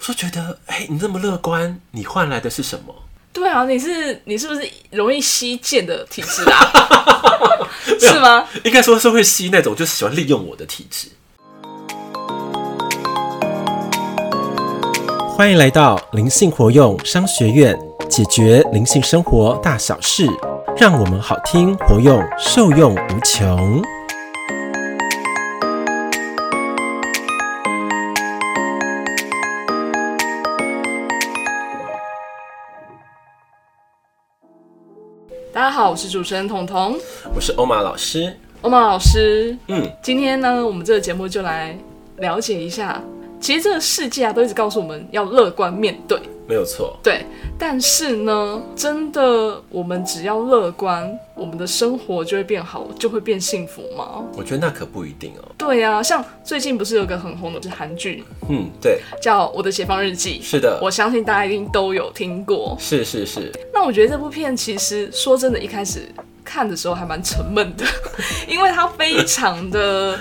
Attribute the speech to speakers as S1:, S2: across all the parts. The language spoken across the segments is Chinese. S1: 就觉得，哎、你这么乐观，你换来的是什么？
S2: 对啊，你是你是不是容易吸剑的体质啊？是吗？
S1: 应该说是会吸那种就是喜欢利用我的体质。欢迎来到灵性活用商学院，解决灵性生活大小事，让我们好听活用，受用无穷。
S2: 大家好，我是主持人彤彤，
S1: 我是欧玛老师，
S2: 欧玛老师。
S1: 嗯，
S2: 今天呢，我们这个节目就来了解一下，其实这个世界啊，都一直告诉我们要乐观面对，
S1: 没有错，
S2: 对。但是呢，真的，我们只要乐观，我们的生活就会变好，就会变幸福吗？
S1: 我觉得那可不一定哦。
S2: 对啊，像最近不是有个很红的就是韩剧
S1: 嗯，对，
S2: 叫《我的解放日记》，
S1: 是的，
S2: 我相信大家一定都有听过。
S1: 是是是，
S2: 那我觉得这部片其实说真的，一开始看的时候还蛮沉闷的， 因为它非常的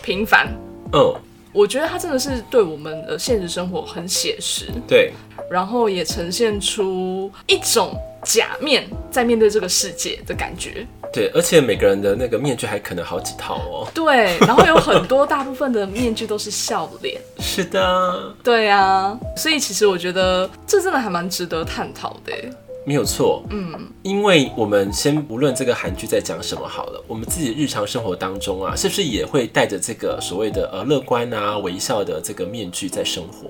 S2: 平凡。
S1: 嗯，
S2: 我觉得它真的是对我们的现实生活很写实，
S1: 对，
S2: 然后也呈现出一种假面在面对这个世界的感觉。
S1: 对，而且每个人的那个面具还可能好几套哦。
S2: 对，然后有很多大部分的面具都是笑脸。
S1: 是的，
S2: 对啊，所以其实我觉得这真的还蛮值得探讨的耶。
S1: 没有错。嗯，因为我们先不论这个韩剧在讲什么好了，我们自己日常生活当中啊，是不是也会带着这个所谓的呃乐观啊、微笑的这个面具在生活？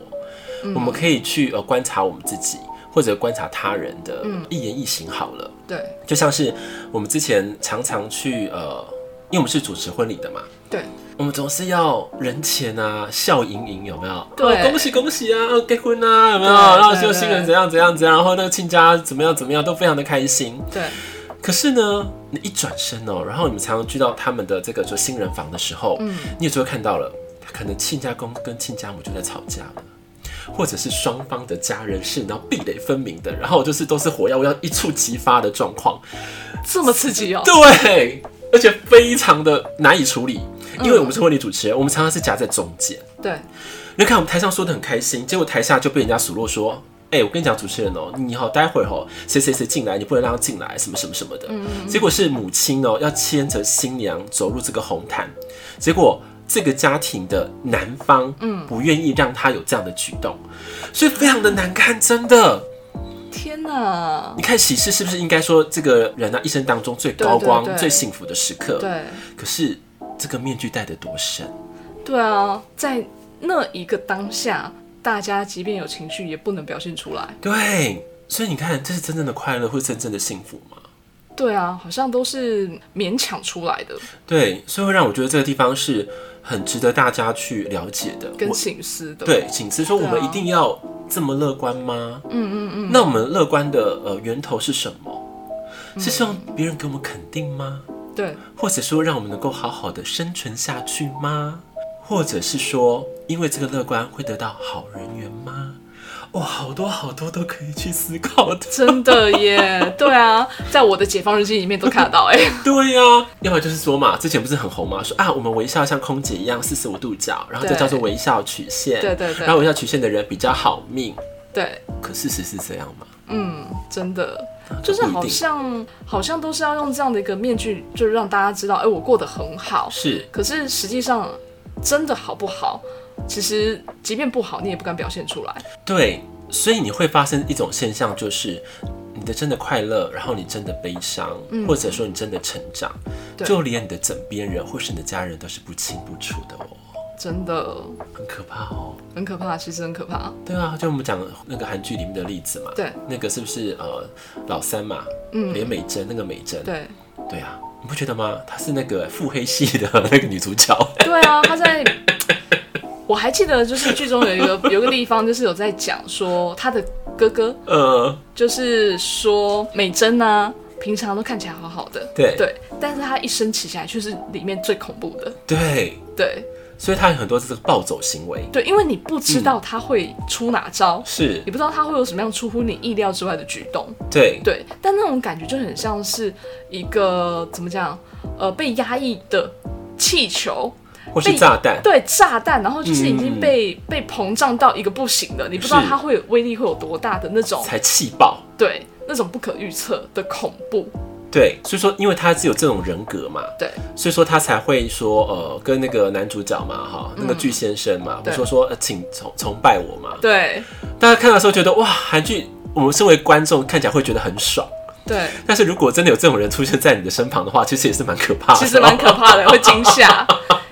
S1: 我们可以去呃观察我们自己，或者观察他人的一言一行好了。
S2: 对
S1: 就像是我们之前常常去呃，因为我们是主持婚礼的嘛，
S2: 对，
S1: 我们总是要人前啊，笑盈盈，有没有？
S2: 对
S1: 啊恭喜恭喜啊，啊结婚啊，有没有？
S2: 对
S1: 然后就
S2: 对
S1: 新人
S2: 对
S1: 怎样怎样怎样，然后那个亲家怎么样怎么样，都非常的开心。
S2: 对，
S1: 可是呢，你一转身哦、然后你们常常聚到他们的这个就新人房的时候，嗯，你也就会看到了，可能亲家公跟亲家母就在吵架了。或者是双方的家人是然后壁垒分明的，然后就是都是火药味要一触即发的状况，
S2: 这么刺激哦、
S1: 对，而且非常的难以处理，因为我们是婚礼主持人，我们常常是夹在中间。
S2: 对，
S1: 你看我们台上说的很开心，结果台下就被人家数落说。哎、我跟你讲，主持人哦、你好、待会儿哦、谁谁谁进来，你不能让他进来，什么什么什么的。
S2: 嗯
S1: 结果是母亲哦、要牵着新娘走入这个红毯，结果这个家庭的男方，嗯，不愿意让她有这样的举动，所以非常的难看，真的。
S2: 天哪！
S1: 你看喜事是不是应该说这个人啊一生当中最高
S2: 对对
S1: 光、
S2: 对
S1: 最幸福的时刻？
S2: 对
S1: 可是这个面具戴得多深？
S2: 对啊，在那一个当下，大家即便有情绪，也不能表现出来。
S1: 对，所以你看，这是真正的快乐，或是真正的幸福吗？
S2: 对啊，好像都是勉强出来的，
S1: 对，所以会让我觉得这个地方是很值得大家去了解的。
S2: 跟
S1: 我
S2: 醒思的。，
S1: 对，请思说我
S2: 对
S1: 们
S2: 啊
S1: 一定要这么乐观吗？嗯嗯嗯。那我们乐观的呃源头是什么？是希望别人给我们肯定吗？
S2: 对，
S1: 或者说让我们能够好好的生存下去吗？或者是说，因为这个乐观会得到好人缘吗？哇，好多好多都可以去思考的。
S2: 真的耶。对啊，在我的解放日记里面都看得到哎、
S1: 对呀、要么就是说嘛，之前不是很红嘛，说啊，我们微笑像空姐一样四十五度角，然后这
S2: 对
S1: 叫做微笑曲线。
S2: 对对对
S1: 然后微笑曲线的人比较好命，
S2: 对，
S1: 可事实是这样吗？
S2: 嗯，真的。就是
S1: 不一
S2: 好
S1: 定
S2: 像好像都是要用这样的一个面具，就是让大家知道，哎、我过得很好。
S1: 是，
S2: 可是实际上，真的好不好？其实即便不好，你也不敢表现出来。
S1: 对，所以你会发生一种现象，就是你的真的快乐，然后你真的悲伤，或者说你真的成长，
S2: 嗯对
S1: 就连你的枕边人或是你的家人都是不清不楚的哦，
S2: 真的
S1: 很可怕哦。
S2: 很可怕，其实很可怕。
S1: 对啊，就我们讲那个韩剧里面的例子嘛，
S2: 对，
S1: 那个是不是呃老三嘛，嗯，连美珍那个美珍，
S2: 对，
S1: 对啊，你不觉得吗？她是那个腹黑系的那个女主角，
S2: 对啊，他在。我还记得，就是剧中有一个有一个地方，就是有在讲说他的哥哥，
S1: 呃，
S2: 就是说美珍啊，平常都看起来好好的，
S1: 对
S2: 对，但是他一生起起来却是里面最恐怖的，
S1: 对，
S2: 对
S1: 所以她有很多这个暴走行为，
S2: 对，因为你不知道他会出哪招，
S1: 是
S2: 你不知道他会有什么样出乎你意料之外的举动，
S1: 对
S2: 对，但那种感觉就很像是一个怎么讲，呃，被压抑的气球，
S1: 或是炸弹，
S2: 对炸弹，然后就是已经
S1: 嗯
S2: 被、被膨胀到一个不行了，你不知道
S1: 是
S2: 它会有威力会有多大的那种，
S1: 才气爆。
S2: 对那种不可预测的恐怖，
S1: 对，所以说，因为他是有这种人格嘛，
S2: 对
S1: 所以说他才会说，呃，跟那个男主角嘛，哈，那个巨先生嘛，不
S2: 嗯对
S1: 是说说，呃请崇崇拜我嘛。
S2: 对
S1: 大家看的时候觉得，哇，韩剧，我们身为观众看起来会觉得很爽，
S2: 对，
S1: 但是如果真的有这种人出现在你的身旁的话，其实也是蛮可怕的。
S2: 其实蛮可怕的，会惊 吓，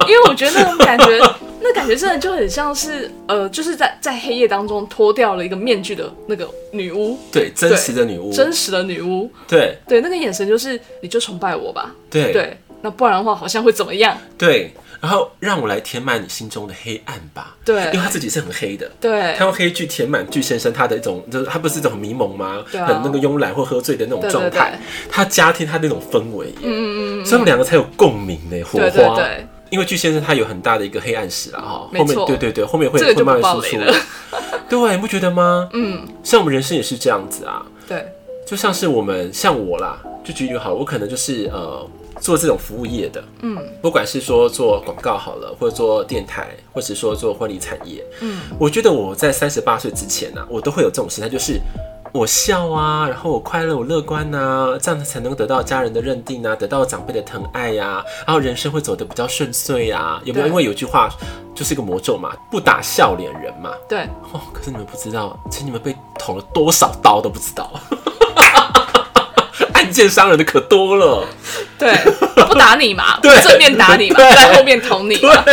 S2: 因为我觉得那种感觉，那感觉真的就很像是呃，就是在在黑夜当中脱掉了一个面具的那个女巫，
S1: 对真实的女巫，
S2: 真实的女巫，
S1: 对
S2: 对那个眼神就是你就崇拜我吧，
S1: 对
S2: 对，那不然的话好像会怎么样？
S1: 对，然后让我来填满你心中的黑暗吧。
S2: 对
S1: 因为他自己是很黑的。
S2: 对
S1: 他用黑剧填满巨先生他的一种，就是他不是一种很迷蒙吗？
S2: 对啊
S1: 很那个慵懒或喝醉的那种
S2: 对对
S1: 状态，他加添他那种氛围，嗯嗯嗯，所以他们两个才有共鸣呢，火花。
S2: 对对对，
S1: 因为巨先生他有很大的一个黑暗史啦，哈，
S2: 没
S1: 后面
S2: 错
S1: 对对对，后面会
S2: 这个
S1: 会
S2: 就
S1: 慢
S2: 不
S1: 慢
S2: 爆
S1: 输
S2: 雷
S1: 出
S2: 了，
S1: 对，你不觉得吗？
S2: 嗯，
S1: 像我们人生也是这样子啊，
S2: 对
S1: 就像是我们像我啦，就举例好了，我可能就是呃做这种服务业的，嗯，不管是说做广告好了，或者做电台，或者是说做婚礼产业，嗯，我觉得我在三十八岁之前呢、我都会有这种心态，就是。我笑啊，然后我快乐，我乐观呐、这样才能得到家人的认定啊，得到长辈的疼爱呀、然后人生会走得比较顺遂啊，有没有？
S2: 对
S1: 因为有句话就是一个魔咒嘛，不打笑脸人嘛。
S2: 对，
S1: 哦，可是你们不知道，其实你们被捅了多少刀都不知道。 暗箭伤人的可多了，
S2: 对， 不打你嘛，
S1: 对
S2: 正面打你嘛，
S1: 对
S2: 在后面捅你嘛，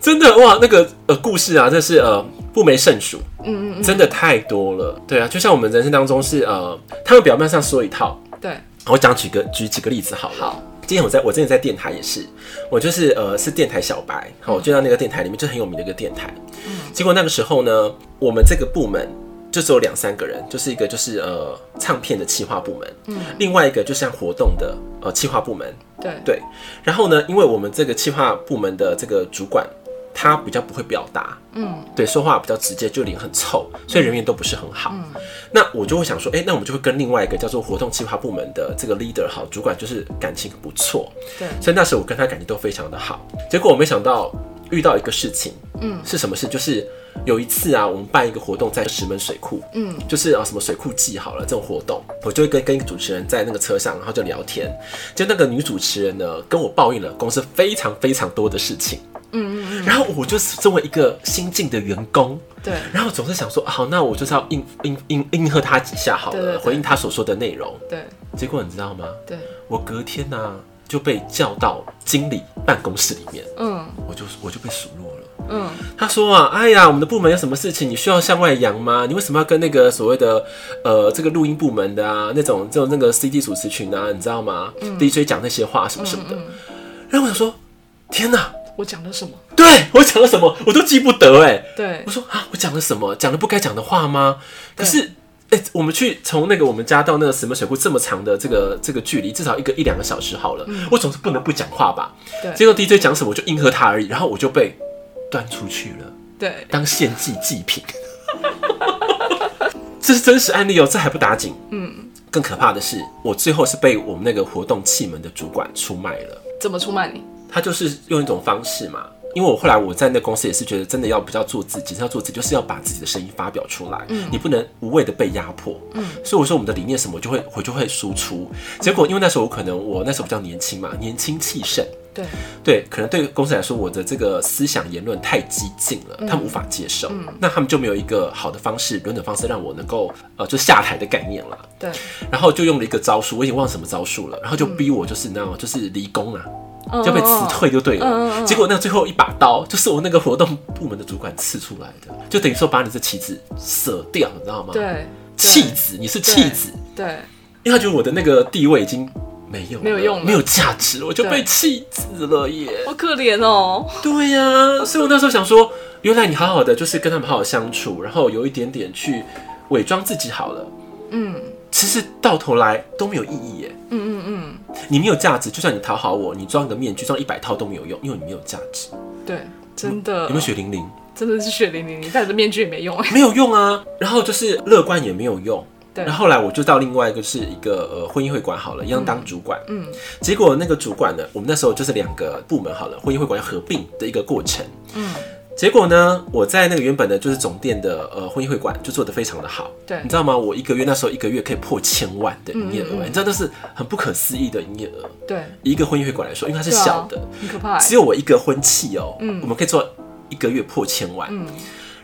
S1: 真的哇，那个呃故事啊，真是呃不枚胜数，嗯嗯，真的太多了。对啊，就像我们人生当中是呃，他们表面上说一套，
S2: 对
S1: 我讲举个举几个例子好了。
S2: 好
S1: 今天我在我之前在电台也是，我就是呃是电台小白，好，我就到那个电台里面就很有名的一个电台。结果那个时候呢，我们这个部门就只有两三个人，就是一个就是呃唱片的企划部门，嗯，另外一个就像活动的呃企划部门，
S2: 对
S1: 对。然后呢，因为我们这个企划部门的这个主管，他比较不会表达，
S2: 嗯，
S1: 对，说话比较直接，就脸很臭，所以人缘都不是很
S2: 嗯
S1: 好。那我就会想说，哎、那我们就会跟另外一个叫做活动计划部门的这个 leader 好主管，就是感情不错。
S2: 对
S1: 所以那时候我跟他感情都非常的好。结果我没想到遇到一个事情，嗯，是什么事？就是有一次啊，我们办一个活动在石门水库，嗯，就是啊什么水库季好了这种活动，我就会跟跟一个主持人在那个车上，然后就聊天。就那个女主持人呢，跟我抱怨了公司非常非常多的事情。
S2: 嗯
S1: 然后我就是作为一个新进的员工，
S2: 对
S1: 然后总是想说，啊好，那我就是要应应应应和他几下好了，
S2: 对对对
S1: 回应他所说的内容。
S2: 对
S1: 结果你知道吗？
S2: 对，
S1: 我隔天呢、就被叫到经理办公室里面，
S2: 嗯
S1: 我就我就被数落了。
S2: 嗯，
S1: 他说啊，哎呀，我们的部门有什么事情，你需要向外扬吗？你为什么要跟那个所谓的呃这个录音部门的啊那种这种那个 CD 主持群啊，你知道吗、？DJ 讲那些话什么什么的。然后我想说，天哪！
S2: 我讲了什么？
S1: 对我讲了什么，我都记不得哎、
S2: 对
S1: 我说啊，我讲了什么？讲了不该讲的话吗？可是，哎、我们去从那个我们家到那个石门水库这么长的这个这个距离，至少一个一两个小时好了，我总是不能不讲话吧？
S2: 对
S1: 结果 DJ 讲什么我就应和他而已，然后我就被端出去了，
S2: 对
S1: 当献祭祭品。 这是真实案例哦，这还不打紧。嗯，更可怕的是，我最后是被我们那个活动气门的主管出卖了。
S2: 怎么出卖你？
S1: 他就是用一种方式嘛。因为我后来我在那公司也是觉得，真的要比较做自己，真的要做自己，就是要把自己的声音发表出来，你不能无谓的被压迫，嗯，所以我说我们的理念什么，我就会我就会输出。结果因为那时候我可能我那时候比较年轻嘛，年轻气盛，
S2: 对
S1: 对，可能对公司来说，我的这个思想言论太激进了，他们无法接受，那他们就没有一个好的方式，轮等方式让我能够呃就下台的概念了。
S2: 对，
S1: 然后就用了一个招数，我已经忘了什么招数了，然后就逼我就是那种就是离工啊，
S2: 嗯
S1: 就被辞退就对了。结果那最后一把刀就是我那个活动部门的主管刺出来的，就等于说把你这旗子舍掉，你知道吗？，
S2: 嗯对
S1: 弃子，你是弃子，
S2: 对
S1: 因为他觉得我的那个地位已经没有了
S2: 没有用了
S1: 没有价值了，我就
S2: 对
S1: 被弃子了耶。
S2: 好可怜哦，
S1: 对呀、所以我那时候想说，原来你好好的就是跟他们好好相处，然后有一点点去伪装自己好了，
S2: 嗯
S1: 其实到头来都没有意义耶。
S2: 嗯嗯
S1: 你没有价值，就算你讨好我，你装一个面具，装一百套都没有用，因为你没有价值。
S2: 嗯，对，真的，
S1: 有没有血淋淋？
S2: 真的是血淋淋，你戴着面具也没用哎，
S1: 没有用啊。然后就是乐观也没有用，
S2: 对
S1: 然后后来我就到另外一个是一个呃婚姻会馆好了，一样当主管。
S2: 嗯，
S1: 结果那个主管呢，我们那时候就是两个部门好了，婚姻会馆要合并的一个过程。
S2: 嗯，
S1: 结果呢，我在那个原本的就是总店的呃婚姻会馆就做得非常的好。
S2: 对
S1: 你知道吗？我一个月那时候一个月可以破千万的营业额，
S2: 嗯嗯嗯
S1: 你知道那是很不可思议的营业额。
S2: 对，
S1: 以一个婚姻会馆来说，因为它是
S2: 对啊
S1: 小的，
S2: 很可怕欸。
S1: 只有我一个婚庆哦、
S2: 嗯
S1: 我们可以做一个月破千万，
S2: 嗯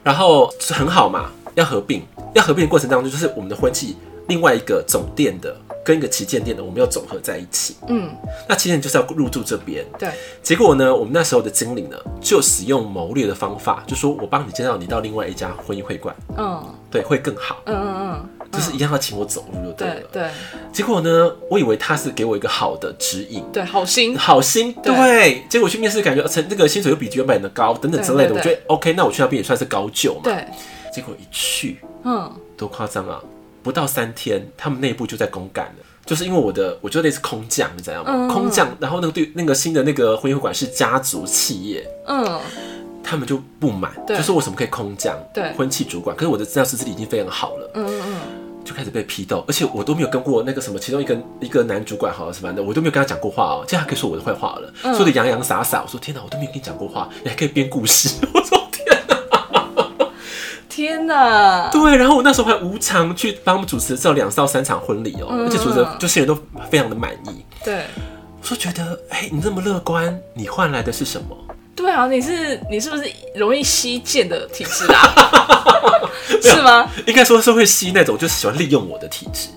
S1: 然后很好嘛，要合并，要合并的过程当中，就是我们的婚庆另外一个总店的跟一个旗舰店的，我们要总合在一起。
S2: 嗯，
S1: 那旗舰就是要入驻这边，
S2: 对，
S1: 结果呢，我们那时候的经理呢，就使用谋略的方法，就说我帮你介绍你到另外一家婚姻会馆，
S2: 嗯
S1: 对，会更好，
S2: 嗯嗯嗯，
S1: 就是一样要请我走路就对了
S2: 对。对
S1: 结果呢，我以为他是给我一个好的指引。
S2: 对，好心，
S1: 好心，
S2: 对
S1: 对，结果去面试感觉，呃成这个薪水又比原本的高，等等之类的，
S2: 对对
S1: 我觉得 OK，那我去那边也算是高就嘛。
S2: 对，
S1: 结果一去，
S2: 嗯
S1: 多夸张啊！不到三天，他们内部就在公干了，就是因为我的，我就类似空降，你知道吗？
S2: 嗯嗯嗯
S1: 空降，然后那个对那个新的那个婚姻会馆是家族企业，
S2: 嗯，
S1: 他们就不满，
S2: 对
S1: 就说我怎么可以空降？
S2: 对
S1: 婚庆主管，可是我的资料资质已经非常好了，
S2: 嗯嗯
S1: 就开始被批斗，而且我都没有跟过那个什么其中一个一个男主管好什么的，我都没有跟他讲过话哦、这样还可以说我的坏话了，
S2: 嗯
S1: 说的洋洋洒洒，我说天哪，我都没有跟你讲过话，你还可以编故事，我说天哪，
S2: 嗯，天哪，
S1: 对，然后我那时候还无偿去帮我们主持至少两到三场婚礼哦、
S2: 嗯
S1: 而且主持人就新人都非常的满意，
S2: 对
S1: 我说觉得哎、你这么乐观，你换来的是什么？
S2: 对啊，你是你是不是容易吸剑的体质 啊？是吗？
S1: 应该说是会吸那种就是喜欢利用我的体质。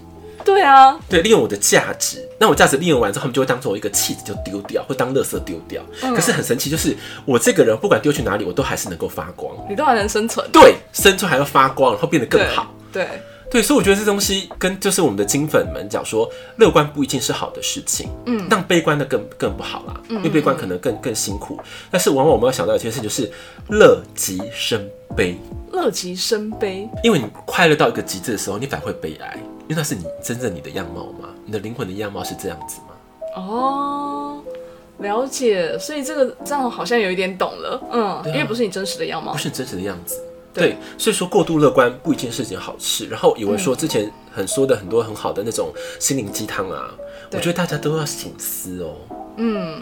S2: 对啊，
S1: 对，利用我的价值，那我价值利用完之后，他们就会当做我一个气质就丢掉，或当垃圾丢掉。
S2: 嗯
S1: 可是很神奇，就是我这个人不管丢去哪里，我都还是能够发光。
S2: 你都还能生存，
S1: 对，生出还要发光，然后变得更
S2: 对
S1: 好。
S2: 对，
S1: 对，所以我觉得这东西跟就是我们的金粉们讲说，乐观不一定是好的事情，嗯，让悲观的更更不好啦，因为悲观可能更更辛苦。但是往往我们要想到一件事，就是乐极生悲，
S2: 乐极生悲，
S1: 因为你快乐到一个极致的时候，你反而会悲哀，因为那是你真正你的样貌嘛，你的灵魂的样貌是这样子吗？
S2: 哦，了解，所以这个这样好像有一点懂了，嗯，
S1: 啊
S2: 因为不是你真实的样貌
S1: 不，是你真实的样子。
S2: 哦对嗯
S1: 对，所以说过度乐观不一定是件好事。然后以为说之前很说的很多很好的那种心灵鸡汤啊，我
S2: 对
S1: 觉得大家都要醒思哦。
S2: 嗯，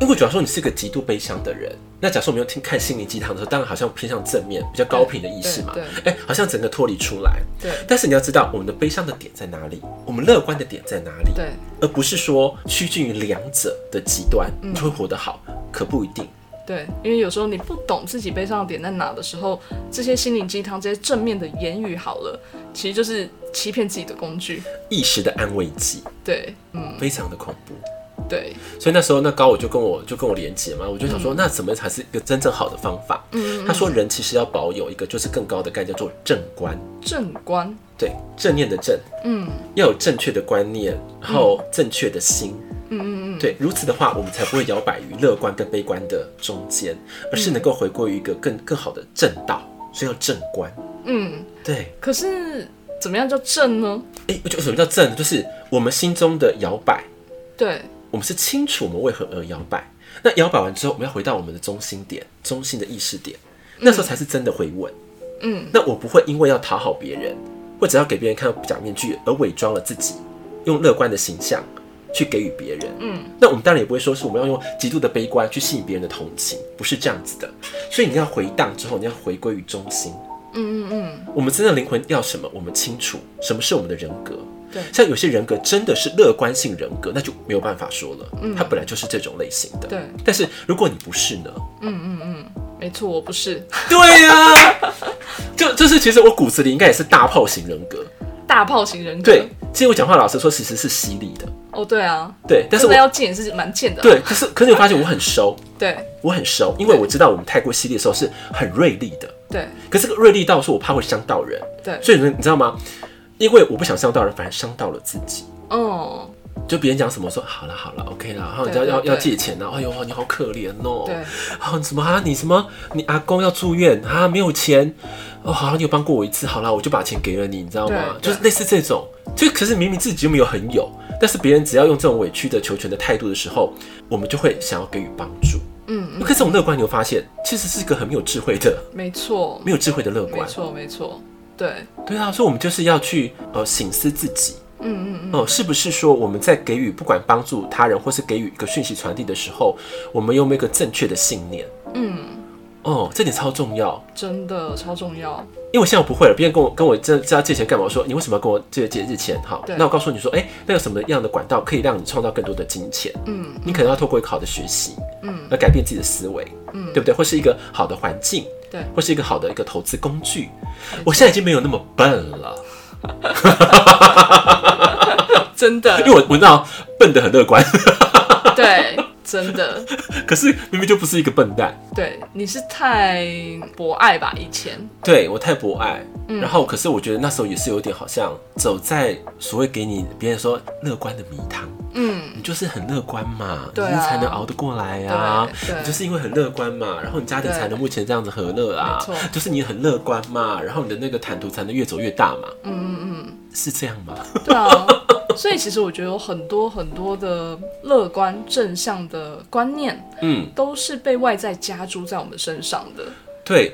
S1: 因为主要说你是个极度悲伤的人，那假设我们用听看心灵鸡汤的时候，当然好像偏向正面、比较高频的意识嘛
S2: 对，
S1: 哎、好像整个脱离出来。
S2: 对
S1: 但是你要知道，我们的悲伤的点在哪里，我们乐观的点在哪里，
S2: 对，
S1: 而不是说趋近于两者的极端，
S2: 嗯
S1: 你就会活得好，可不一定。
S2: 对，因为有时候你不懂自己悲伤的点在哪的时候，这些心灵鸡汤、这些正面的言语，好了，其实就是欺骗自己的工具。
S1: 一时的安慰剂
S2: 对，嗯，
S1: 非常的恐怖。
S2: 对，
S1: 所以那时候那高我就跟我就跟我连结嘛，我就想说，那怎么才是一个真正好的方法？
S2: 嗯
S1: 他说人其实要保有一个就是更高的概念，叫做正观，
S2: 正观，
S1: 对，正念的正，
S2: 嗯
S1: 要有正确的观念，然后正确的心。
S2: 嗯嗯嗯，
S1: 对，如此的话，我们才不会摇摆于乐观跟悲观的中间，而
S2: 嗯
S1: 是能够回归于一个更更好的正道，所以要正观。
S2: 嗯。
S1: 对，
S2: 可是怎么样叫正呢？
S1: 哎、就什么叫正？就是我们心中的摇摆，
S2: 对，
S1: 我们是清楚我们为何而摇摆。那摇摆完之后，我们要回到我们的中心点，中心的意识点，那时候才是真的回稳。
S2: 嗯，
S1: 那我不会因为要讨好别人，或者要给别人看到假面具而伪装了自己，用乐观的形象去给予别人。
S2: 嗯，
S1: 那我们当然也不会说是我们要用极度的悲观去吸引别人的同情，不是这样子的。所以你要回荡之后，你要回归于中心。
S2: 嗯嗯
S1: 我们真的灵魂要什么，我们清楚什么是我们的人格。
S2: 对
S1: 像有些人格真的是乐观性人格，那就没有办法说了，他本来就是这种类型的。
S2: 嗯对
S1: 但是如果你不是呢？
S2: 嗯，没错，我不是
S1: 对呀、就就是其实我骨子里应该也是大炮型人格。
S2: 大炮型人格。
S1: 对，，其实我讲话老实说，其实是犀利的。
S2: 哦对啊，
S1: 对，但是
S2: 真
S1: 我
S2: 的要见也是蛮见的啊。
S1: 对，可是可是我发现我很熟，
S2: 对
S1: 我很熟，因为我知道我们太过犀利的时候是很锐利的。
S2: 对
S1: 可是这个锐利到说，我怕会伤到人，
S2: 对，
S1: 所以你知道吗？因为我不想伤到人，反而伤到了自己。
S2: 嗯，
S1: 就别人讲什么说好了好了 OK 啦，然后你知道
S2: 对对
S1: 要
S2: 对
S1: 要借钱啦，哎呦你好可怜哦、
S2: 对
S1: 啊你什么啊你什么你阿公要住院啊没有钱，哦好你有帮过我一次，好啦我就把钱给了你，你知道吗？
S2: 对对
S1: 就是类似这种，就可是明明自己又没有很有，但是别人只要用这种委屈的求全的态度的时候，我们就会想要给予帮助。
S2: 嗯，
S1: 可是这种乐观你会发现，其实是一个很没有智慧的、
S2: 没错，
S1: 没有智慧的乐
S2: 没
S1: 观。
S2: 错，没错，对，
S1: 对啊，所以我们就是要去呃醒思自己，
S2: 嗯嗯嗯，
S1: 哦、是不是说我们在给予不管帮助他人或是给予一个讯息传递的时候，我们有没有一个正确的信念？嗯，哦，这点超重要。
S2: 真的超重要。
S1: 因为我现在我不会了，别人跟我跟我这这要借钱干嘛？我说你为什么要跟我借借日钱？好
S2: 对，
S1: 那我告诉你说，哎、那有什么样的管道可以让你创造更多的金钱？
S2: 嗯，
S1: 你可能要透过一个好的学习，嗯，来改变自己的思维，嗯，对不对？或是一个好的环境，
S2: 对
S1: 或是一个好的一个投资工具。我现在已经没有那么笨了，
S2: 真的
S1: 因，为我我知道笨的很乐观，
S2: 对，真的，
S1: 可是明明就不是一个笨蛋。
S2: 对，你是太博爱吧？以前，
S1: 对我太博爱，
S2: 嗯
S1: 然后可是我觉得那时候也是有点好像走在所谓给你别人说乐观的迷汤，
S2: 嗯，
S1: 你就是很乐观嘛，
S2: 对啊
S1: 你才能熬得过来呀、啊
S2: 对对，
S1: 你就是因为很乐观嘛，然后你家庭
S2: 对
S1: 才能目前这样子和乐啊
S2: 没错，
S1: 就是你很乐观嘛，然后你的那个坦途才能越走越大嘛，嗯嗯嗯，是这样吗？
S2: 对啊。所以其实我觉得有很多很多的乐观正向的观念，
S1: 嗯，
S2: 都是被外在加诸在我们身上的。
S1: 对，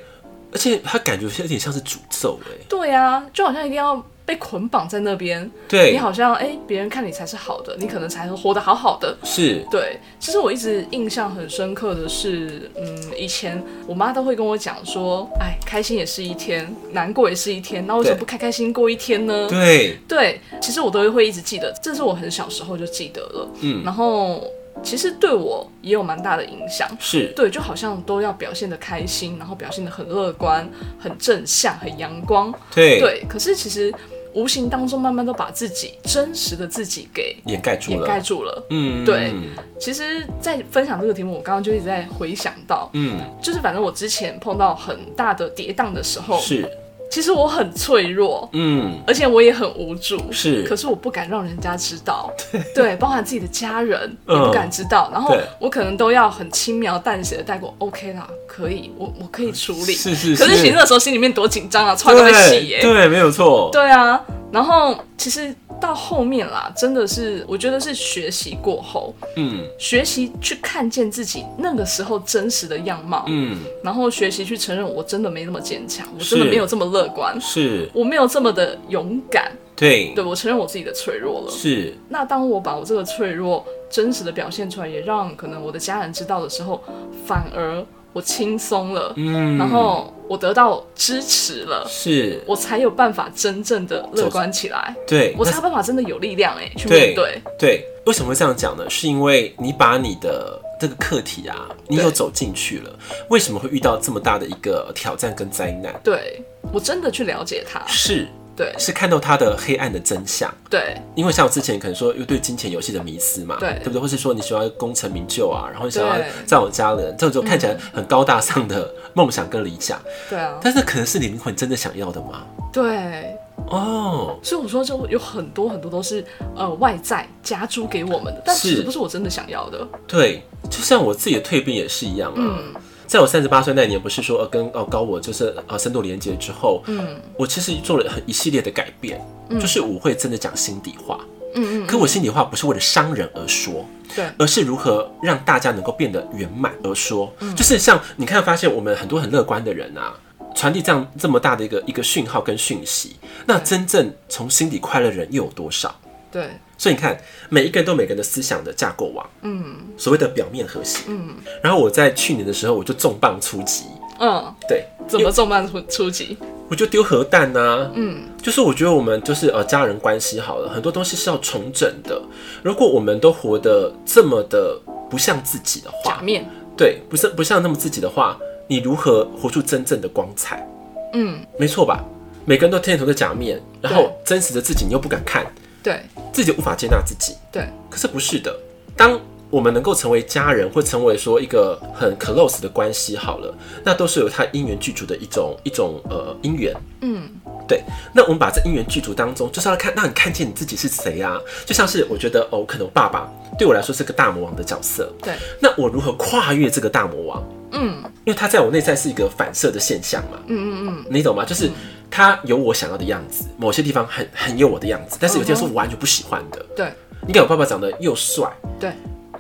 S1: 而且他感觉有点像是诅咒哎、
S2: 对啊，就好像一定要被捆绑在那边，你
S1: 对，
S2: 好像哎，别、人看你才是好的，你可能才活得好好的。
S1: 是，
S2: 对，其实我一直印象很深刻的是，嗯，以前我妈都会跟我讲说，哎，开心也是一天，难过也是一天，那为什么
S1: 对
S2: 不开开心过一天呢？
S1: 对，
S2: 对，其实我都会一直记得，这是我很小时候就记得了。
S1: 嗯
S2: 然后其实对我也有蛮大的影响。
S1: 是，
S2: 对，就好像都要表现的开心，然后表现的很乐观、很正向、很阳光。
S1: 对，
S2: 对，可是其实无形当中慢慢都把自己真实的自己给
S1: 掩盖住
S2: 掩盖
S1: 了，
S2: 住了。
S1: 嗯，
S2: 对其实，在分享这个题目，我刚刚就一直在回想到，
S1: 嗯，
S2: 就是反正我之前碰到很大的跌宕的时候，
S1: 是，
S2: 其实我很脆弱，
S1: 嗯。
S2: 而且我也很无助，
S1: 是
S2: 可是我不敢让人家知 道，对，包含自己的家人也
S1: 嗯
S2: 不敢知道，然后
S1: 对
S2: 我可能都要很轻描淡写的带过，OK 啦，可以，我我可以处理。
S1: 嗯是是
S2: 可是其实那时候心里面多紧张啊，穿都会洗耶、
S1: 对，对，没有错，
S2: 对啊，然后其实到后面啦，真的是我觉得是学习过后，
S1: 嗯
S2: 学习去看见自己那个时候真实的样貌，
S1: 嗯，
S2: 然后学习去承认我真的没那么坚强，我真的
S1: 是
S2: 没有这么乐观，
S1: 是，
S2: 我没有这么的勇敢，
S1: 对，
S2: 对我承认我自己的脆弱了。
S1: 是，
S2: 那当我把我这个脆弱真实的表现出来，也让可能我的家人知道的时候，反而我轻松了，
S1: 嗯，
S2: 然后我得到支持了，
S1: 是，
S2: 我才有办法真正的乐观起来，
S1: 对，
S2: 我才
S1: 那
S2: 有办法真的有力量哎、去面对。
S1: 对，为什么会这样讲呢？是因为你把你的这个课题啊，你
S2: 对
S1: 有走进去了，为什么会遇到这么大的一个挑战跟灾难？
S2: 对我真的去了解它，
S1: 是
S2: 对
S1: 是看到它的黑暗的真相。
S2: 对
S1: 因为像我之前可能说，又对金钱游戏的迷思嘛，
S2: 对
S1: 对不对？或是说你喜欢功成名就啊，然后你想要
S2: 对嗯
S1: 占有家人，这种看起来很高大上的梦想跟理想，
S2: 对啊，
S1: 但是可能是你灵魂真的想要的吗？
S2: 对。
S1: 哦，
S2: 所以我说，就有很多很多都是呃外在加诸给我们的，但
S1: 是
S2: 其实不是我真的想要的。
S1: 对，就像我自己的蜕变也是一样啊。
S2: 嗯
S1: 在我三十八岁那一年，不是说呃跟呃高我就是呃深度连接之后，
S2: 嗯
S1: 我其实做了很一系列的改变，就是我会真的讲心底话。
S2: 嗯嗯，
S1: 可我心底话不是为了伤人而说，
S2: 对
S1: 而是如何让大家能够变得圆满而说。
S2: 嗯
S1: 就是像你看，发现我们很多很乐观的人啊，传递这样这么大的一个一个讯号跟讯息，那真正从心底快乐的人又有多少？
S2: 对
S1: 所以你看，每一个人都有每个人的思想的架构网，嗯，所谓的表面和谐，嗯。然后我在去年的时候，我就重磅出击，
S2: 嗯，
S1: 对，
S2: 怎么重磅出出击？
S1: 我就丢核弹呐、嗯，就是我觉得我们就是呃家人关系好了，很多东西是要重整的。如果我们都活得这么的不像自己的
S2: 假
S1: 话，
S2: 面，
S1: 对，不是不像那么自己的话，你如何活出真正的光彩？
S2: 嗯，
S1: 没错吧？每个人都天头的假面，然后
S2: 对
S1: 真实的自己你又不敢看，
S2: 对
S1: 自己无法接纳自己。
S2: 对
S1: 可是不是的，当我们能够成为家人，或成为说一个很 close 的关系，好了，那都是有它因缘具足的一种一种呃因缘。
S2: 嗯，
S1: 对。那我们把这因缘具足当中，就是要看让你看见你自己是谁啊。就像是我觉得哦，可能我爸爸对我来说是个大魔王的角色，
S2: 对，
S1: 那我如何跨越这个大魔王？
S2: 嗯
S1: 因为他在我内在是一个反射的现象嘛，
S2: 嗯嗯嗯，
S1: 你懂吗？就是他有我想要的样子，某些地方很很有我的样子，但是有
S2: 嗯
S1: 些是我完全不喜欢的。
S2: 对
S1: 你看我爸爸长得又帅，
S2: 对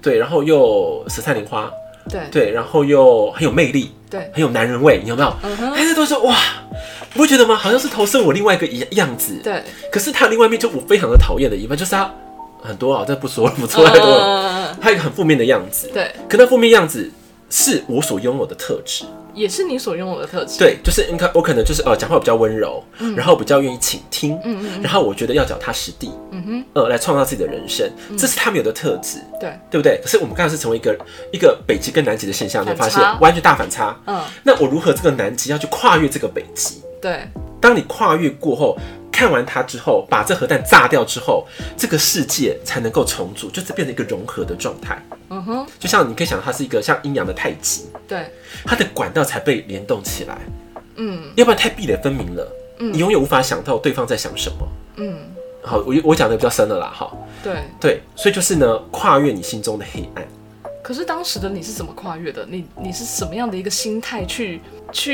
S1: 对，然后又舌灿莲花，
S2: 对
S1: 对，然后又很有魅力，
S2: 对，
S1: 很有男人味，你有没有？
S2: 嗯哼，
S1: 哎，这都是哇，你不觉得吗？好像是投射我另外一个一样子。
S2: 对，
S1: 可是他另外一面就我非常的讨厌的一半，就是他很多啊，这不说了，不说太多了。
S2: 嗯
S1: 他有一个很负面的样子，
S2: 对，
S1: 可那负面样子是我所拥有的特质。
S2: 也是你所拥有的特质。
S1: 对，就是你看，我可能就是呃，讲话比较温柔，
S2: 嗯
S1: 然后比较愿意倾听，然后我觉得要脚踏实地，
S2: 嗯哼，嗯
S1: 呃，来创造自己的人生，这是他们有的特质，
S2: 对，
S1: 对不对？可是我们刚才是从一个一个北极跟南极的现象，你会发
S2: 反
S1: 现
S2: 差
S1: 完全大反差。
S2: 嗯，
S1: 那我如何这个南极要去跨越这个北极？
S2: 对，
S1: 当你跨越过后，看完它之后，把这核弹炸掉之后，这个世界才能够重组，就是变成一个融合的状态。
S2: 嗯哼，
S1: 就像你可以想，它是一个像阴阳的太极，
S2: 对，
S1: 它的管道才被联动起来，
S2: 嗯
S1: 要不然太壁垒分明了，你永远无法想到对方在想什么。
S2: 嗯，
S1: 好，我我讲的比较深了啦，哈，
S2: 对。
S1: 对，所以就是呢，跨越你心中的黑暗。
S2: 可是当时的你是怎么跨越的？你你是什么样的一个心态去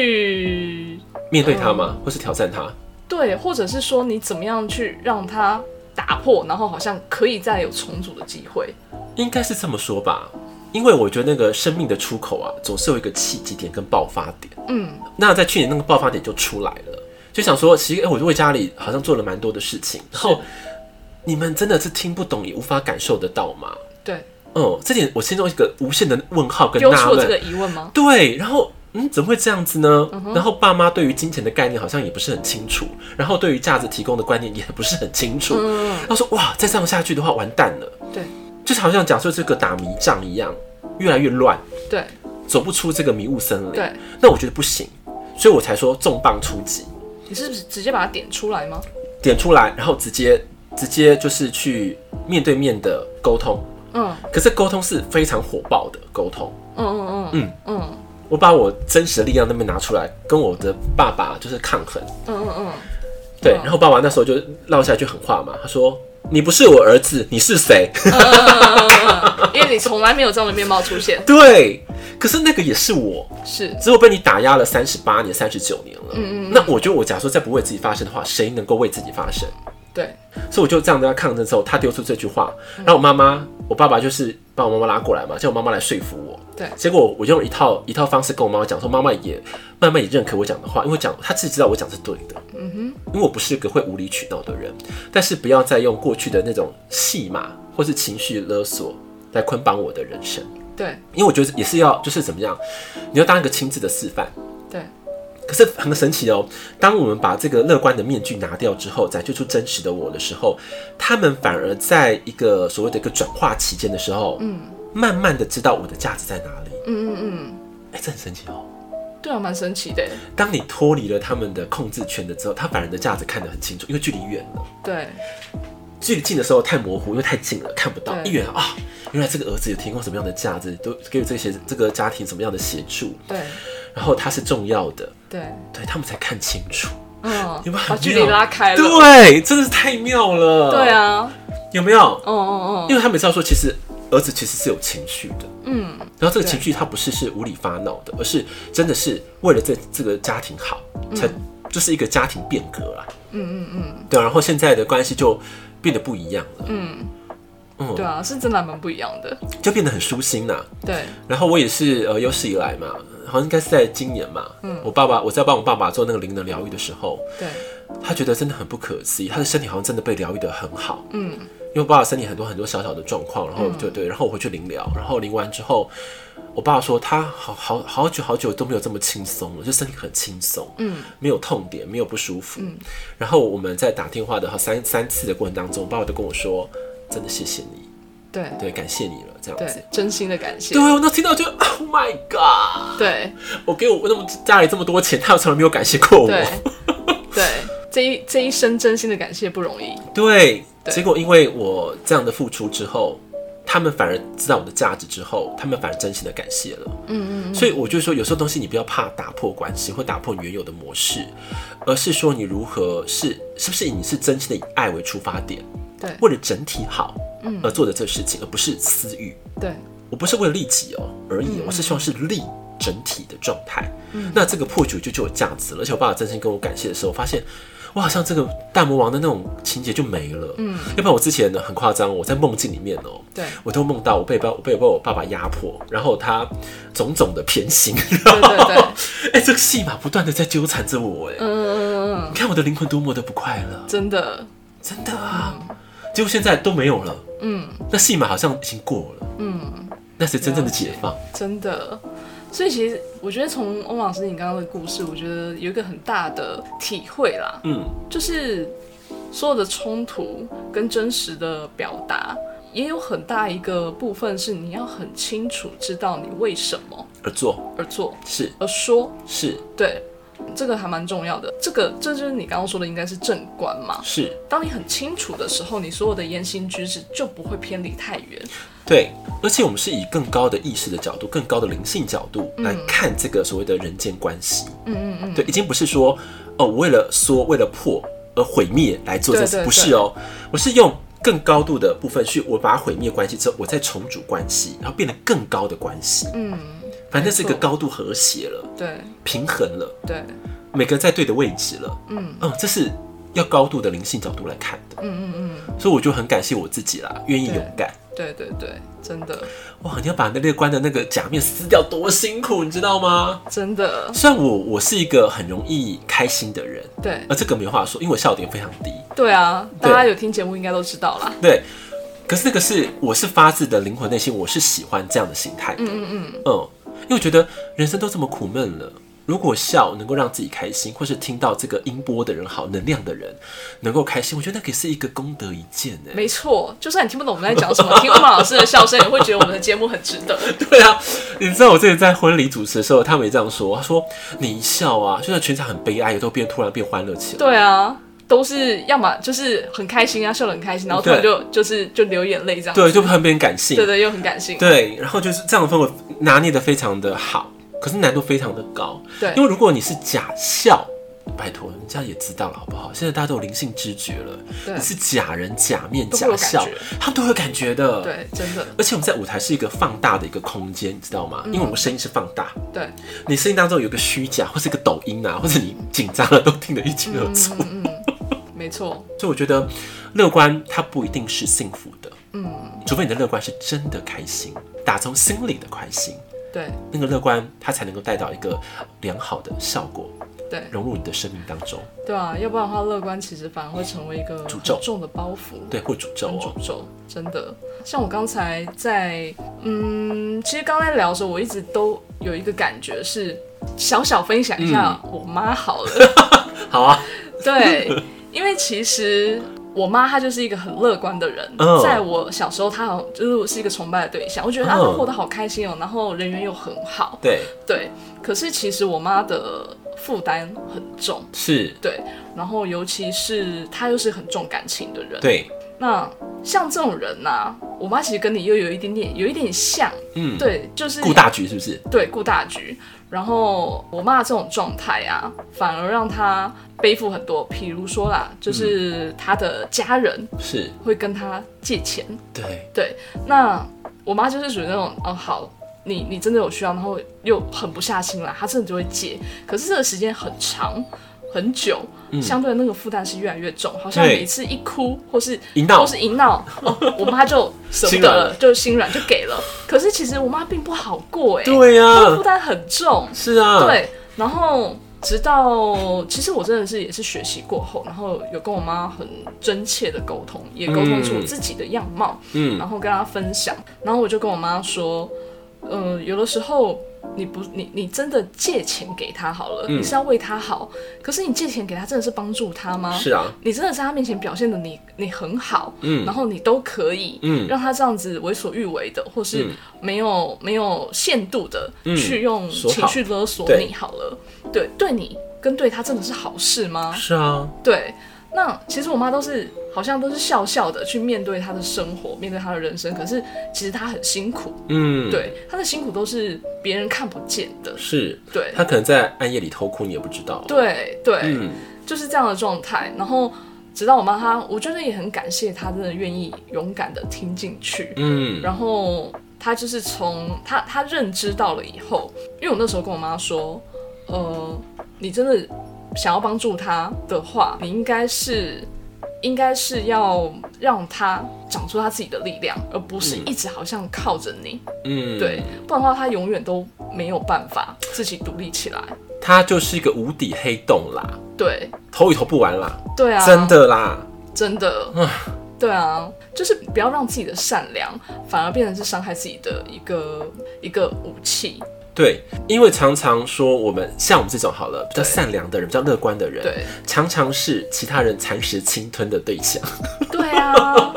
S2: 去
S1: 面对它
S2: 嗯
S1: 吗？或是挑战它？
S2: 对，或者是说你怎么样去让它打破，然后好像可以再有重组的机会？
S1: 应该是这么说吧，因为我觉得那个生命的出口啊，总是有一个契机点跟爆发点。啊
S2: 嗯，
S1: 那在去年那个爆发点就出来了，就想说，其实、欸、我为家里好像做了蛮多的事情，然后你们真的是听不懂也无法感受得到吗？
S2: 对，
S1: 嗯，这点我心中有一个无限的问号跟
S2: 丢
S1: 纳
S2: 出了这
S1: 闷。
S2: 个嗯疑问吗？
S1: 对，然后嗯，怎么会这样子呢？然后爸妈对于金钱的概念好像也不是很清楚，然后对于价值提供的观念也不是很清楚。
S2: 嗯，
S1: 他说哇，再这样下去的话完蛋了，
S2: 对
S1: 就是好像讲说这个打迷仗一样，越来越乱，
S2: 对
S1: 走不出这个迷雾森林。
S2: 对，
S1: 那我觉得不行，所以我才说重磅出击，
S2: 你是不是直接把它点出来吗？
S1: 点出来，然后直接直接就是去面对面的沟通。
S2: 嗯
S1: 可是沟通是非常火爆的沟通，
S2: 嗯嗯嗯嗯嗯
S1: 我把我真实的力量那边拿出来，跟我的爸爸就是抗衡。
S2: 嗯嗯
S1: 对，
S2: 嗯
S1: 然后爸爸那时候就撂下一句狠话嘛，他说：“你不是我儿子，你是谁？”，
S2: 嗯，因为你从来没有这样的面貌出现
S1: 对，可是那个也是我，
S2: 是
S1: 只有被你打压了三十八年、三十九年了。嗯嗯。那我觉得，我假如说再不为自己发声的话，谁能够为自己发声？
S2: 对，
S1: 所以我就这样跟他抗争之后，他丢出这句话，然后我妈妈、我爸爸就是把我妈妈拉过来嘛，叫我妈妈来说服我。
S2: 对
S1: 结果我用一套一套方式跟我妈妈讲，说妈妈也慢慢也认可我讲的话，因为讲她自己知道我讲是对的。嗯哼，因为我不是个会无理取闹的人，但是不要再用过去的那种戏码或是情绪勒索来捆绑我的人生。
S2: 对
S1: 因为我觉得也是要就是怎么样，你要当一个亲自的示范。
S2: 对，
S1: 可是很神奇哦，当我们把这个乐观的面具拿掉之后，展现出真实的我的时候，他们反而在一个所谓的一个转化期间的时候，嗯，慢慢的知道我的价值在哪里。
S2: 嗯嗯
S1: 哎、这很神奇哦。
S2: 嗯，对啊，蛮神奇的，
S1: 当你脱离了他们的控制权的之后，他反而的价值看得很清楚，因为距离远了。
S2: 对
S1: 距离近的时候太模糊，因为太近了看不到。
S2: 对
S1: 一远啊，原来这个儿子有提供什么样的价值，都给予这些这个家庭什么样的协助，
S2: 对
S1: 然后他是重要的。
S2: 对，
S1: 对他们才看清楚，
S2: 嗯
S1: 有没有，
S2: 把
S1: 很
S2: 距离
S1: 妙
S2: 拉开了，
S1: 对，真的是太妙了。
S2: 对，啊，
S1: 有没有？
S2: 嗯嗯
S1: 因为他们知道说，其实儿子其实是有情绪的，
S2: 嗯嗯，
S1: 然后这个
S2: 对
S1: 情绪他不是是无理发闹的，而是真的是为了这这个家庭好，
S2: 嗯
S1: 才就是一个家庭变革啦。嗯嗯嗯，对啊，然后现在的关系就变得不一样
S2: 嗯
S1: 了，
S2: 对啊，是真的还蛮不一样的，
S1: 就变得很舒心啦。
S2: 对，
S1: 然后我也是呃有史以来嘛，好像应该是在今年嘛，
S2: 嗯
S1: 我爸爸我在帮我爸爸做那个灵能疗愈的时候，
S2: 对，
S1: 他觉得真的很不可思议，他的身体好像真的被疗愈的很好。
S2: 嗯，
S1: 因为我爸爸身体很多很多小小的状况，然后就对，然后我回去灵疗，然后灵完之后，我爸说他好好好久好久都没有这么轻松了，就身体很轻松，嗯，没有痛点，没有不舒服。然后我们在打电话的和三三次的过程当中，我爸爸就跟我说，真的谢谢你，
S2: 对
S1: 对，感谢你了，这样子
S2: 对。，真心的感谢
S1: 对，，我那听到就 Oh my God！
S2: 对
S1: 我给我那么家里这么多钱，他从来没有感谢过我。
S2: 对
S1: 哦
S2: 对，这一这一生真心的感谢不容易，
S1: 对，
S2: 对
S1: 结果因为我这样的付出之后，他们反而知道我的价值之后，他们反而真心的感谢了。嗯嗯所以我就说，有时候东西你不要怕打破关系或打破你原有的模式，而是说你如何是是不是以你是真心的以爱为出发点，
S2: 对
S1: 为了整体好，而做的这事情，而不是私欲。
S2: 对
S1: 我不是为了利己哦而
S2: 嗯
S1: 已，我是希望是利整体的状态。那这个破局就就有价值了。而且我爸爸真心跟我感谢的时候，我发现我好像这个大魔王的那种情节就没了。嗯，要不然我之前呢很夸张，我在梦境里面哦、
S2: 对
S1: 我都梦到我被爸我被被我爸爸压迫，然后他种种的偏心，
S2: 对对对，
S1: 哎、这个戏码不断的在纠缠着我哎、
S2: 嗯嗯嗯嗯
S1: 你，看我的灵魂多么的不快乐，
S2: 真的，
S1: 真的啊！结果现在都没有了，
S2: 嗯
S1: 那戏码好像已经过了，
S2: 嗯，
S1: 那是真正的解放。
S2: 真的。所以其实我觉得从欧老师你刚刚的故事，我觉得有一个很大的体会啦，
S1: 嗯，
S2: 就是所有的冲突跟真实的表达，也有很大一个部分是你要很清楚知道你为什么
S1: 而做
S2: 而做
S1: 是
S2: 而说，
S1: 是
S2: 对，这个还蛮重要的。这个这就是你刚刚说的，应该是正观嘛。
S1: 是，
S2: 当你很清楚的时候，你所有的言行举止就不会偏离太远。
S1: 对。而且我们是以更高的意识的角度、更高的灵性角度来看这个所谓的人间关系。
S2: 嗯嗯嗯，
S1: 对，已经不是说哦，我为了说、为了破而毁灭来做这
S2: 对
S1: 事，
S2: 对
S1: 不是哦，我是用更高度的部分去，我把它毁灭关系之后，我再重组关系，然后变得更高的关系。
S2: 嗯，
S1: 反正是一个
S2: 没错
S1: 高度和谐了，
S2: 对
S1: 平衡了，
S2: 对，
S1: 每个人在对的位置了。
S2: 嗯
S1: 嗯，这是要高度的灵性角度来看的，
S2: 嗯嗯嗯，
S1: 所以我就很感谢我自己啦，愿意
S2: 对
S1: 勇敢。
S2: 对对对，真的
S1: 哇，你要把那乐观的那个假面撕掉，多辛苦，你知道吗？
S2: 真的
S1: 虽然我我是一个很容易开心的人，
S2: 对
S1: 呃，这个没话说，因为我笑点非常低。
S2: 对啊，大
S1: 对
S2: 家有听节目应该都知道啦。
S1: 对，可是那个是我是发自的灵魂内心，我是喜欢这样的心态的。
S2: 嗯嗯嗯，
S1: 嗯，因为我觉得人生都这么苦闷了，如果笑能够让自己开心，或是听到这个音波的人好能量的人能够开心，我觉得那个是一个功德一件哎、
S2: 没错，就算你听不懂我们在讲什么， 听欧曼老师的笑声，也会觉得我们的节目很值得。
S1: 对啊，你知道我之前在婚礼主持的时候，他们也这样说，他说你一笑啊，就算全场很悲哀，也都变突然变欢乐起来。
S2: 对啊，都是要么就是很开心啊，笑得很开心，然后突然
S1: 对
S2: 就就是就流眼泪这样。
S1: 对，就很别人感性。
S2: 对对，又很感性。
S1: 对，然后就是这样的氛围拿捏的非常的好，可是难度非常的高。
S2: 对
S1: 因为如果你是假笑，拜托人家也知道了，好不好？现在大家都有灵性知觉了，
S2: 对
S1: 你是假人、假面、
S2: 都会有
S1: 假
S2: 感
S1: 笑
S2: 觉，
S1: 他们都会有感觉的。。
S2: 对，真的
S1: 而且我们在舞台是一个放大的一个空间，你知道
S2: 嗯
S1: 吗？因为我们声音是放大，
S2: 对，
S1: 你声音当中有一个虚假，或是一个抖音啊，或者你紧张了都听得一清二楚。
S2: 嗯嗯，没错，
S1: 所以我觉得乐观它不一定是幸福的，
S2: 嗯，
S1: 除非你的乐观是真的开心，打从心里的开心。
S2: 对
S1: 那个乐观，它才能够带到一个良好的效果，
S2: 对
S1: 融入你的生命当中，
S2: 对啊，要不然的话，乐观其实反而会成为一个
S1: 诅咒
S2: 很重的包袱。
S1: 对，或诅咒
S2: 很
S1: 哦，
S2: 诅咒，真的。像我刚才在，嗯，其实刚才聊的时候，我一直都有一个感觉是，小小分享一下
S1: 嗯
S2: 我妈好了，
S1: 好啊，
S2: 对，因为其实我妈她就是一个很乐观的人，
S1: 嗯
S2: 在我小时候，她好像就是我是一个崇拜的对象，我觉得她
S1: 嗯
S2: 过得好开心哦、然后人缘又很好，
S1: 对，
S2: 对。可是其实我妈的负担很重，
S1: 是，
S2: 对，然后尤其是她又是很重感情的人，
S1: 对，
S2: 那像这种人呐、我妈其实跟你又有一点点，有一点点像，
S1: 嗯，
S2: 对，就是
S1: 顾大局是不是？
S2: 对顾大局。然后我妈这种状态啊，反而让她背负很多，比如说啦，就是她的家人
S1: 是，
S2: 会跟她借钱，
S1: 对，
S2: 对，那我妈就是属于那种，哦，好，你你真的有需要，然后又狠不下心来，她真的就会借。可是这个时间很长很久，相对的那个负担是越来越重，好
S1: 嗯
S2: 像
S1: 对
S2: 每次一哭或是
S1: 一闹
S2: 或是一闹，哦，我妈就舍不
S1: 心
S2: 得
S1: 软
S2: 了，
S1: 了
S2: 就心软就给了。可是其实我妈并不好过哎、
S1: 对啊
S2: 她的负
S1: 呀，
S2: 担很重，
S1: 是啊，，
S2: 对，然后直到其实我真的是也是学习过后，然后有跟我妈很真切的沟通，也沟通出我自己的样貌，
S1: 嗯，
S2: 然后跟她分享，然后我就跟我妈说，嗯、有的时候。你不，你你真的借钱给她好
S1: 嗯
S2: 了，你是要为她好。可是你借钱给她，真的是帮助她吗？
S1: 是啊，
S2: 你真的在她面前表现的你你很好，
S1: 嗯
S2: 然后你都可以，
S1: 嗯
S2: 让她这样子为所欲为的，或是没有、没有限度的去用
S1: 说嗯好
S2: 情绪勒索
S1: 对
S2: 你好了，对，对你跟对她真的是好事吗？
S1: 是啊，
S2: 对，那其实我妈都是好像都是笑笑的去面对她的生活，面对她的人生，可是其实她很辛苦，
S1: 嗯，，
S2: 对，她的辛苦都是别人看不见的，
S1: 是，
S2: 对，
S1: 他可能在暗夜里偷哭，你也不知道，，
S2: 对对，
S1: 嗯，
S2: 就是这样的状态。然后直到我妈她，我觉得也很感谢她，真的愿意勇敢的听进去。
S1: 嗯，
S2: 然后她就是从她她认知到了以后，因为我那时候跟我妈说，呃，你真的想要帮助她的话，你应该是。应该是要让她长出她自己的力量，而不是
S1: 嗯
S2: 一直好像靠着你，
S1: 嗯，
S2: 对，，不然的话她永远都没有办法自己独立起来。
S1: 它就是一个无底黑洞啦，
S2: 对
S1: 投也投不完啦，
S2: 对啊，
S1: 真的啦。
S2: 真的，对啊，就是不要让自己的善良反而变成是伤害自己的一个一个武器，
S1: 对，因为常常说我们像我们这种好了，比较善良的人，比较乐观的人，
S2: 对
S1: 常常是其他人蚕食侵吞的对象，
S2: 对 啊，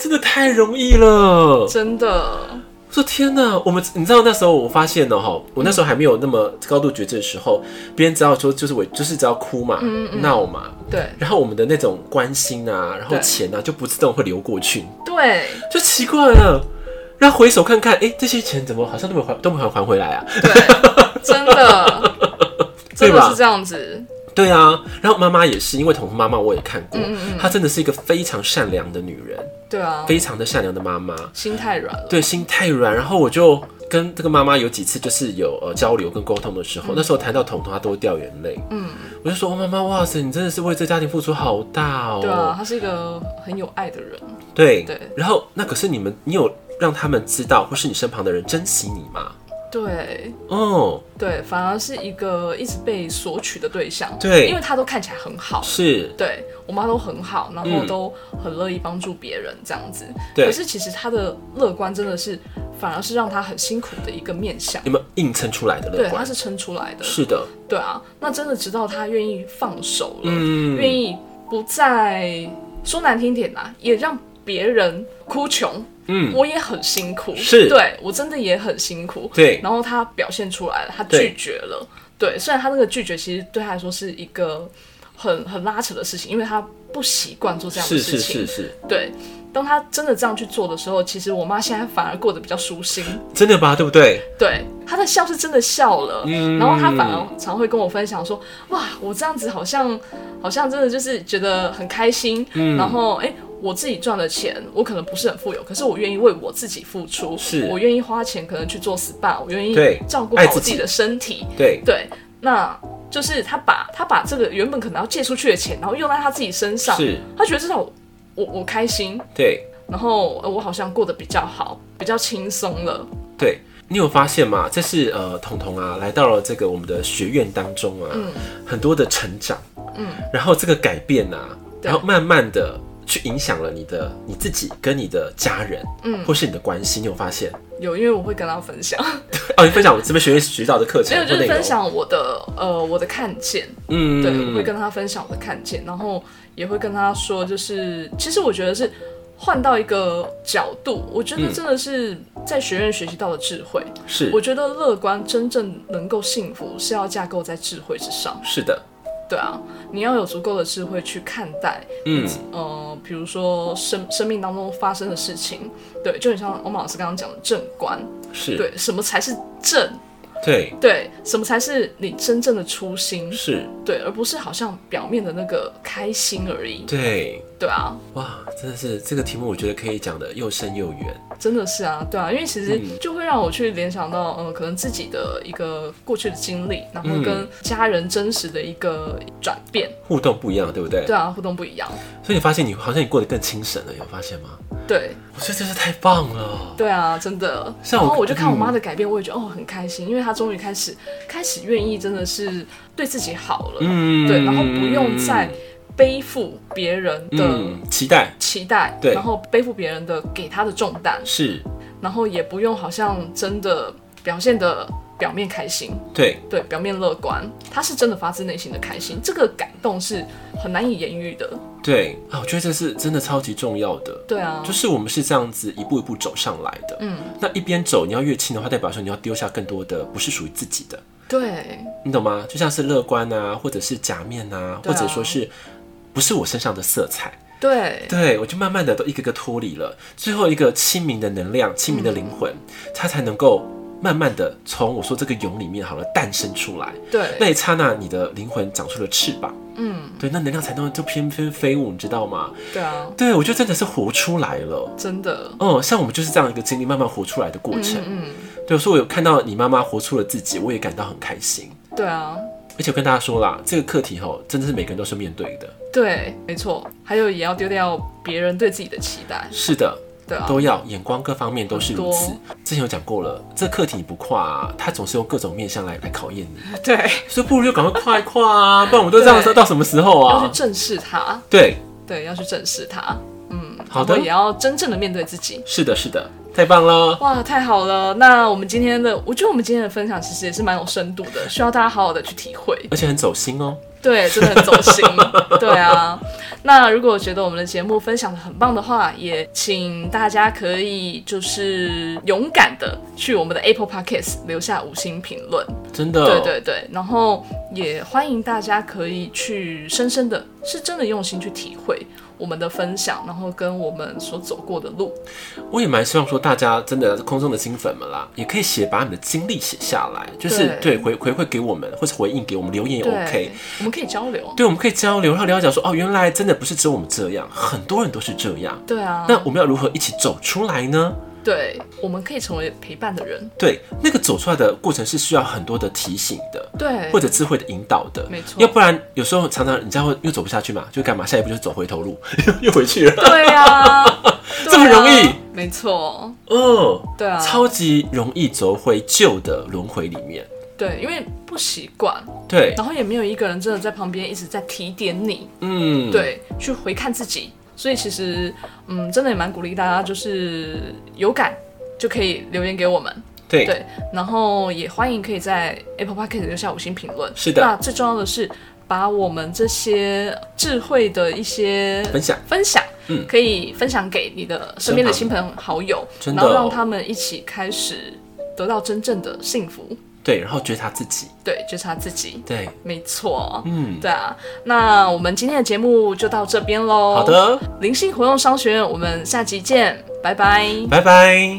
S1: 真的太容易了。
S2: 真的，
S1: 我说天哪，我们你知道那时候我发现了哈，我那时候还没有那么高度觉知的时候，别人只要说就是我就是只要哭嘛，
S2: 嗯
S1: 闹、嘛，
S2: 对
S1: 然后我们的那种关心啊，然后
S2: 对
S1: 钱啊，就不自动会流过去，
S2: 对
S1: 就奇怪了。然后回首看看，哎、这些钱怎么好像都没有还，都没有还回来啊？
S2: 对，真的，真的是这样子，
S1: 对啊，然后妈妈也是，因为彤彤妈妈我也看过，
S2: 嗯嗯嗯
S1: 她真的是一个非常善良的女人，
S2: 对啊，
S1: 非常的善良的妈妈，
S2: 心太软了，
S1: 对，心太软。然后我就跟这个妈妈有几次就是有呃交流跟沟通的时候，那时候谈到彤彤，她都会掉眼泪，
S2: 嗯，
S1: 我就说，哦、妈妈，哇塞，你真的是为这家庭付出好大哦，
S2: 对啊，他是一个很有爱的人，
S1: 对
S2: 对
S1: 然后那可是你们，你有让他们知道，或是你身旁的人珍惜你吗？
S2: 对。
S1: 哦，
S2: 对，反而是一个一直被索取的对象。
S1: 对
S2: 因为他都看起来很好，
S1: 是，
S2: 对我妈都很好，然后
S1: 嗯
S2: 都很乐意帮助别人这样子。
S1: 对
S2: 可是其实她的乐观真的是，反而是让她很辛苦的一个面相。
S1: 你们映衬出来的乐
S2: 对，她
S1: 观，
S2: 是撑出来的。
S1: 是的，
S2: 对啊，那真的直到她愿意放手了，
S1: 嗯
S2: 愿、意不再说难听点啦，也让别人哭穷。
S1: 嗯
S2: 我也很辛苦，
S1: 是
S2: 对我真的也很辛苦。
S1: 对
S2: 然后她表现出来了，她
S1: 对
S2: 拒绝了。对，虽然她那个拒绝其实对她来说是一个很很拉扯的事情，因为她不习惯做这样的
S1: 是
S2: 事情。
S1: 是是是，
S2: 对，当她真的这样去做的时候，其实我妈现在反而过得比较舒心。
S1: 真的吧？对不对？
S2: 对，她的笑是真的笑了，
S1: 嗯
S2: 然后她反而常会跟我分享说：“哇，我这样子好像好像真的就是觉得很开心。
S1: 嗯
S2: 然后哎、诶我自己赚的钱，我可能不是很富有，可是我愿意为我自己付出，
S1: 是
S2: 我愿意花钱可能去做 SPA，我愿意
S1: 对
S2: 照顾
S1: 爱
S2: 好
S1: 自
S2: 我自己
S1: 己
S2: 的身体。
S1: 对，
S2: 对，那就是她把她把这个原本可能要借出去的钱，然后用在她自己身上，
S1: 是，
S2: 她觉得至少我我我开心，
S1: 对，
S2: 然后呃我好像过得比较好，比较轻松了。
S1: 对。你有发现吗？这是呃，彤彤啊，来到了这个我们的学院当中啊，
S2: 嗯
S1: 很多的成长，嗯，然后这个改变啊，
S2: 对
S1: 然后慢慢的去影响了你的你自己跟你的家人，嗯，或是你的关系，你有发现？
S2: 有，因为我会跟她分享。”
S1: 哦，你分享我这边学院学到的课程
S2: 没有，
S1: 或
S2: 就
S1: 内
S2: 是
S1: 容
S2: 分，享我的呃我的看见，
S1: 嗯，
S2: 对，我会跟他分享我的看见，然后也会跟他说，就是其实我觉得是换到一个角度，我觉得真的是在学院学习到的智慧。
S1: 是
S2: 我觉得乐观真正能够幸福是要架构在智慧之上，
S1: 是的，
S2: 对啊，你要有足够的智慧去看待，
S1: 嗯，
S2: 呃，比如说生生命当中发生的事情，对，就很像欧马老师刚刚讲的正观，
S1: 是，
S2: 对，什么才是正，
S1: 对，
S2: 对，什么才是你真正的初心，
S1: 是，
S2: 对，而不是好像表面的那个开心而已。
S1: 对，
S2: 对啊，
S1: 哇，真的是这个题目，我觉得可以讲的又深又远，
S2: 真的是啊，对啊，因为其实
S1: 嗯
S2: 就会让我去联想到，嗯、可能自己的一个过去的经历，然后
S1: 嗯
S2: 跟家人真实的一个转变，
S1: 互动不一样，对不对？
S2: 对啊，互动不一样，
S1: 所以你发现你好像你过得更精神了，有发现吗？
S2: 对
S1: 我觉得真是太棒了，
S2: 对啊，真的。
S1: 像
S2: 然
S1: 我
S2: 后我就看我妈
S1: 嗯
S2: 的改变，我也觉得哦很开心，因为她终于开始开始愿意真的是对自己好了，
S1: 嗯
S2: 对，然后不用再背负别人的
S1: 嗯，期待
S2: 期待，
S1: 对
S2: 然后背负别人的给他的重担，
S1: 是
S2: 然后也不用好像真的表现的表面开心，
S1: 对，
S2: 对，表面乐观，他是真的发自内心的开心，这个感动是很难以言喻的，
S1: 对啊，我觉得这是真的超级重要的。
S2: 对啊，
S1: 就是我们是这样子一步一步走上来的，嗯，那一边走，你要越轻的话，代表说你要丢下更多的不是属于自己的，
S2: 对
S1: 你懂吗？就像是乐观啊，或者是假面啊，
S2: 对
S1: 或
S2: 啊
S1: 者说是不是我身上的色彩，
S2: 对
S1: 对我就慢慢的都一个个脱离了，最后一个清明的能量、清明的灵魂，
S2: 嗯
S1: 它才能够慢慢的从我说这个蛹里面好了诞生出来。那
S2: 对
S1: 一刹那，你的灵魂长出了翅膀，
S2: 嗯，
S1: 对，那能量才能就翩翩飞舞，你知道吗？
S2: 对啊，
S1: 对我觉得真的是活出来了。
S2: 真的，
S1: 嗯，像我们就是这样一个经历，慢慢活出来的过程。
S2: 嗯，
S1: 对，所以我有看到你妈妈活出了自己，我也感到很开心。
S2: 对啊，
S1: 而且我跟大家说啦，这个课题吼，真的是每个人都是面对的。
S2: 对，没错，还有也要丢掉别人对自己的期待，
S1: 是的，
S2: 对啊，
S1: 都要眼光各方面都是如此
S2: 很。
S1: 之前有讲过了，这课题你不跨、啊，他总是用各种面向来来考验你，
S2: 对，
S1: 所以不如就赶快跨一跨啊，不然我们都这样
S2: 对
S1: 说到什么时候
S2: 要
S1: 啊
S2: 去？正视它，
S1: 对，
S2: 对，要去正视它。嗯，
S1: 好的
S2: 我也要真正的面对自己。
S1: 是的，是的，太棒了。
S2: 哇，太好了！那我们今天的，我觉得我们今天的分享其实也是蛮有深度的，需要大家好好的去体会。
S1: 而且很走心哦，
S2: 对，真的很走心。对啊，那如果觉得我们的节目分享的很棒的话，也请大家可以就是勇敢的去我们的 Apple Podcast 留下五星评论。
S1: 真的。
S2: 对对对，然后也欢迎大家可以去深深的，是真的用心去体会我们的分享，然后跟我们所走过的路。
S1: 我也蛮希望说，大家真的空中的金粉们啦，也可以写把你的经历写下来，就是对
S2: 对
S1: 回回馈给我们，或是回应给我们，留言也
S2: 对
S1: OK。
S2: 我们可以交流。
S1: 对，我们可以交流，然后了解说，哦，原来真的不是只有我们这样，很多人都是这样。
S2: 对啊，
S1: 那我们要如何一起走出来呢？
S2: 对，我们可以成为陪伴的人。
S1: 对，那个走出来的过程是需要很多的提醒的，
S2: 对，
S1: 或者智慧的引导的，
S2: 没错
S1: 要不然有时候常常你知道会又走不下去嘛，就干嘛？下一步就是走回头路， 又回去了。
S2: 对啊，
S1: 这么
S2: 对啊
S1: 容易？
S2: 没错，
S1: 哦，
S2: 对啊，
S1: 超级容易走回旧的轮回里面。
S2: 对，因为不习惯，
S1: 对，
S2: 然后也没有一个人真的在旁边一直在提点你，
S1: 嗯，，
S2: 对，去回看自己。所以其实，嗯，真的也蛮鼓励大家，就是有感就可以留言给我们，
S1: 对，
S2: 对，然后也欢迎可以在 Apple Podcast 留下五星评论。
S1: 是的
S2: 那最重要的是把我们这些智慧的一些
S1: 分享
S2: 分享，
S1: 嗯
S2: 可以分享给你的身边的
S1: 身
S2: 亲朋好友，
S1: 真的
S2: 然后让
S1: 哦
S2: 他们一起开始得到真正的幸福。
S1: 对，然后觉察自己，
S2: 对，觉察自己，
S1: 对，
S2: 没错。
S1: 嗯，
S2: 对啊，那我们今天的节目就到这边喽。
S1: 好，的，
S2: 灵性活用商学院，我们下集见，拜拜。
S1: 拜拜。